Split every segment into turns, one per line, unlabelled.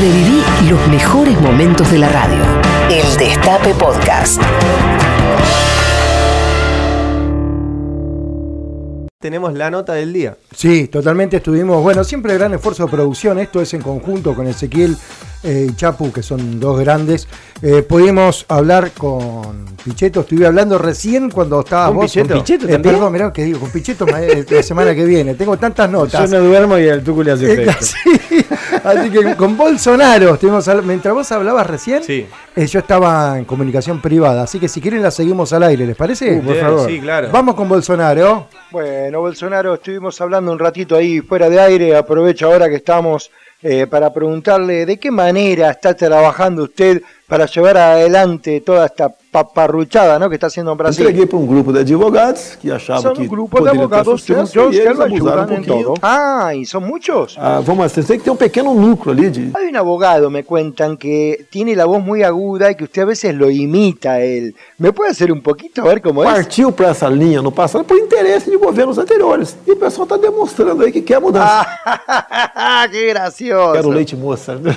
Reviví los mejores momentos de la radio. El Destape Podcast.
Tenemos la nota del día.
Sí, totalmente estuvimos. Bueno, siempre gran esfuerzo de producción. Esto es en conjunto con Ezequiel eh, y Chapu, que son dos grandes. Eh, pudimos hablar con Pichetto. Estuve hablando recién cuando estabas
¿Con
vos.
Pichetto? ¿Con Pichetto
Eh,
también?
perdón, mirá que digo, con Pichetto ma- eh, la semana que viene. Tengo tantas
Yo
notas.
no duermo y al Tucu le hace
Eh,
efecto.
sí. Así que con Bolsonaro, estuvimos habl- mientras vos hablabas recién,
Sí.
eh, yo estaba en comunicación privada, así que si quieren la seguimos al aire, ¿les parece?
Uh, por
Bien,
favor.
Sí, claro.
Vamos con Bolsonaro.
Bueno, Bolsonaro, estuvimos hablando un ratito ahí fuera de aire. Aprovecho ahora que estamos eh, para preguntarle de qué manera está trabajando usted para llevar adelante toda esta paparruchada ¿no? que está haciendo en Brasil.
Entreguei para um grupo de advogados que achavam
Son
que
un grupo de
poderia ter
abogados
sucesso
suyos
e
que
eles
lo
abusaram um
ayudan en
pouquinho.
todo. Ah, ¿y son muchos?
Ah, vamos assim, tem que ter um pequeno núcleo ali de...
Hay un abogado, me cuentan, que tiene la voz muy aguda y que usted a veces lo imita a él. ¿Me puede hacer un poquito a ver cómo es?
Partiu para essa linha no passado por interesse de governos anteriores. E o pessoal está demonstrando aí que quer mudança.
Ah, ¡Qué
Quero
gracioso!
leite moça.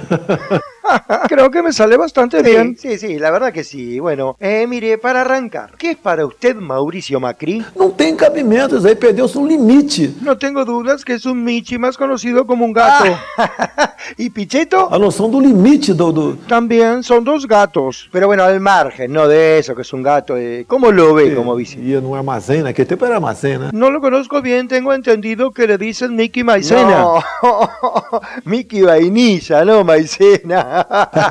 Creo que me sale bastante bien. Sí, sí, la verdad que sí. Bueno, eh, mire, para arrancar, ¿qué es para usted Mauricio Macri?
Não tem cabimento, isso aí perdeu-se um limite.
No tengo dudas que es un Michi más conocido como un gato. ¿Y Picheto?
A noção do limite do... do-
También son dos gatos. Pero bueno, al margen, no de eso, que es un gato. eh, ¿Cómo lo ve como vice?
Ia num armazém, naquele tempo era armazém, né?
No lo conozco bien, tengo entendido que le dicen Mickey Maicena. No, Mickey Vainilla, no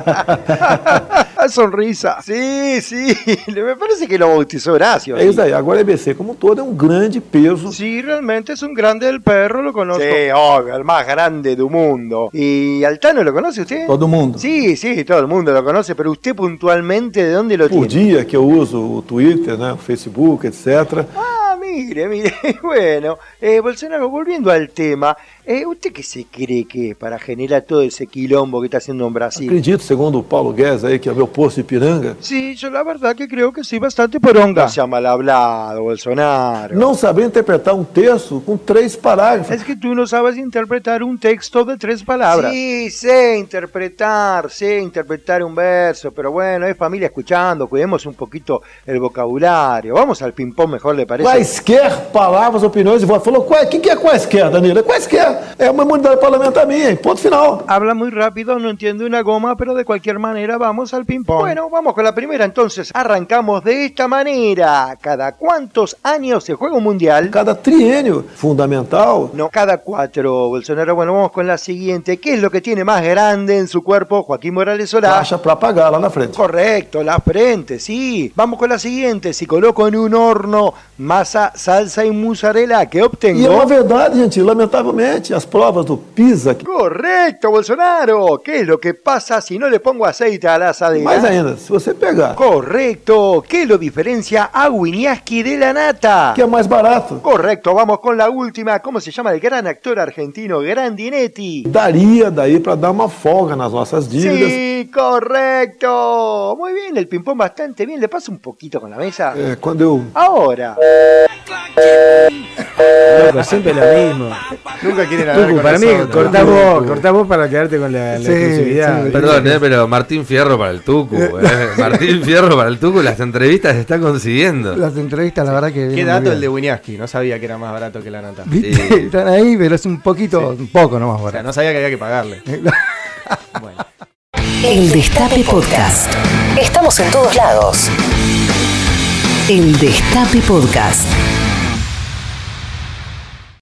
Maicena. Sonrisa. Sí, sí, me parece que lo bautizó Horacio.
É isso aí. Agora a EBC, como um todo, é um grande peso.
Sí, realmente es un grande del perro, lo conozco. Sí, obvio, el más grande del mundo. ¿Y Altano lo conoce usted?
Todo mundo.
Sí, sí, todo el mundo lo conoce, pero usted puntualmente, ¿de dónde lo
Por
tiene?
dia que eu uso o Twitter, né, o Facebook, etc.
Ah, mire, mire. Bueno, eh, Bolsonaro, volviendo al tema, eh, ¿usted qué se cree que es para generar todo ese quilombo que está haciendo en Brasil?
Acredito, segundo o Paulo Guedes aí, que é meu posto de piranga,
Sí, yo la verdad que creo que sí, bastante poronga. No sea mal hablado, Bolsonaro.
não saber interpretar um texto com três parágrafos.
Es que tú no sabes interpretar un texto de tres palabras. Sí, sé interpretar, sé interpretar un verso, pero bueno, es familia escuchando, cuidemos un poquito el vocabulario. Vamos al ping-pong mejor, ¿le parece?
Quaisquer palavras, opiniões e votos. Falou, "Qua- o que, que é quaisquer, Danilo? É quaisquer. É uma imunidade parlamentar minha, hein? ponto final.
Habla muy rápido, no entiende una goma, pero de cualquier manera vamos al ping-pong. Bueno, vamos con la primera entonces. Arrancamos de esta manera. ¿Cada cuántos años se juega un mundial?
Cada triênio fundamental,
No, cada cuatro, Bolsonaro. Bueno, vamos con la siguiente. ¿Qué es lo que tiene más grande en su cuerpo Joaquín Morales Solá?
taxa para pagar lá na frente.
Correcto, la frente, sí. Vamos con la siguiente. Si coloco en un horno masa, salsa y mozzarella, ¿qué
E é uma
obtengo?
verdade, gente, lamentavelmente, as provas do PISA, que-
Correcto, Bolsonaro. ¿Qué es lo que pasa si no le pongo aceite a la asadera?
mais ainda, se você pegar,
Correcto. ¿Qué lo diferencia a Winiaski de la nata?
que é mais barato,
Correcto, vamos con la última. ¿Cómo se llama el gran actor argentino Grandinetti?
daria daí para dar uma folga nas nossas dívidas.
Sí, correcto. Muy bien, el ping-pong bastante bien. ¿Le pasa un poquito con la mesa?
Eh.
É, quando eu
Ahora.
Loco, siempre lo mismo.
Nunca quieren hablar
Tucu,
con
para mí,
nosotros.
cortá vos, cortá vos para quedarte con la, la
Sí,
exclusividad.
sí.
Perdón, eh, pero Martín Fierro para el Tucu. eh. Martín Fierro para el Tucu, las entrevistas se está consiguiendo.
Las entrevistas, la verdad que.
Qué
vienen
dato
muy
el de
bien.
Winiaski. No sabía que era más barato que la nata.
¿Viste?
Sí.
Están ahí, pero es un poquito, un poco nomás.
O sea,
barato.
no sabía que había que pagarle. Bueno.
El Destape Podcast. Estamos en todos lados. El Destape Podcast.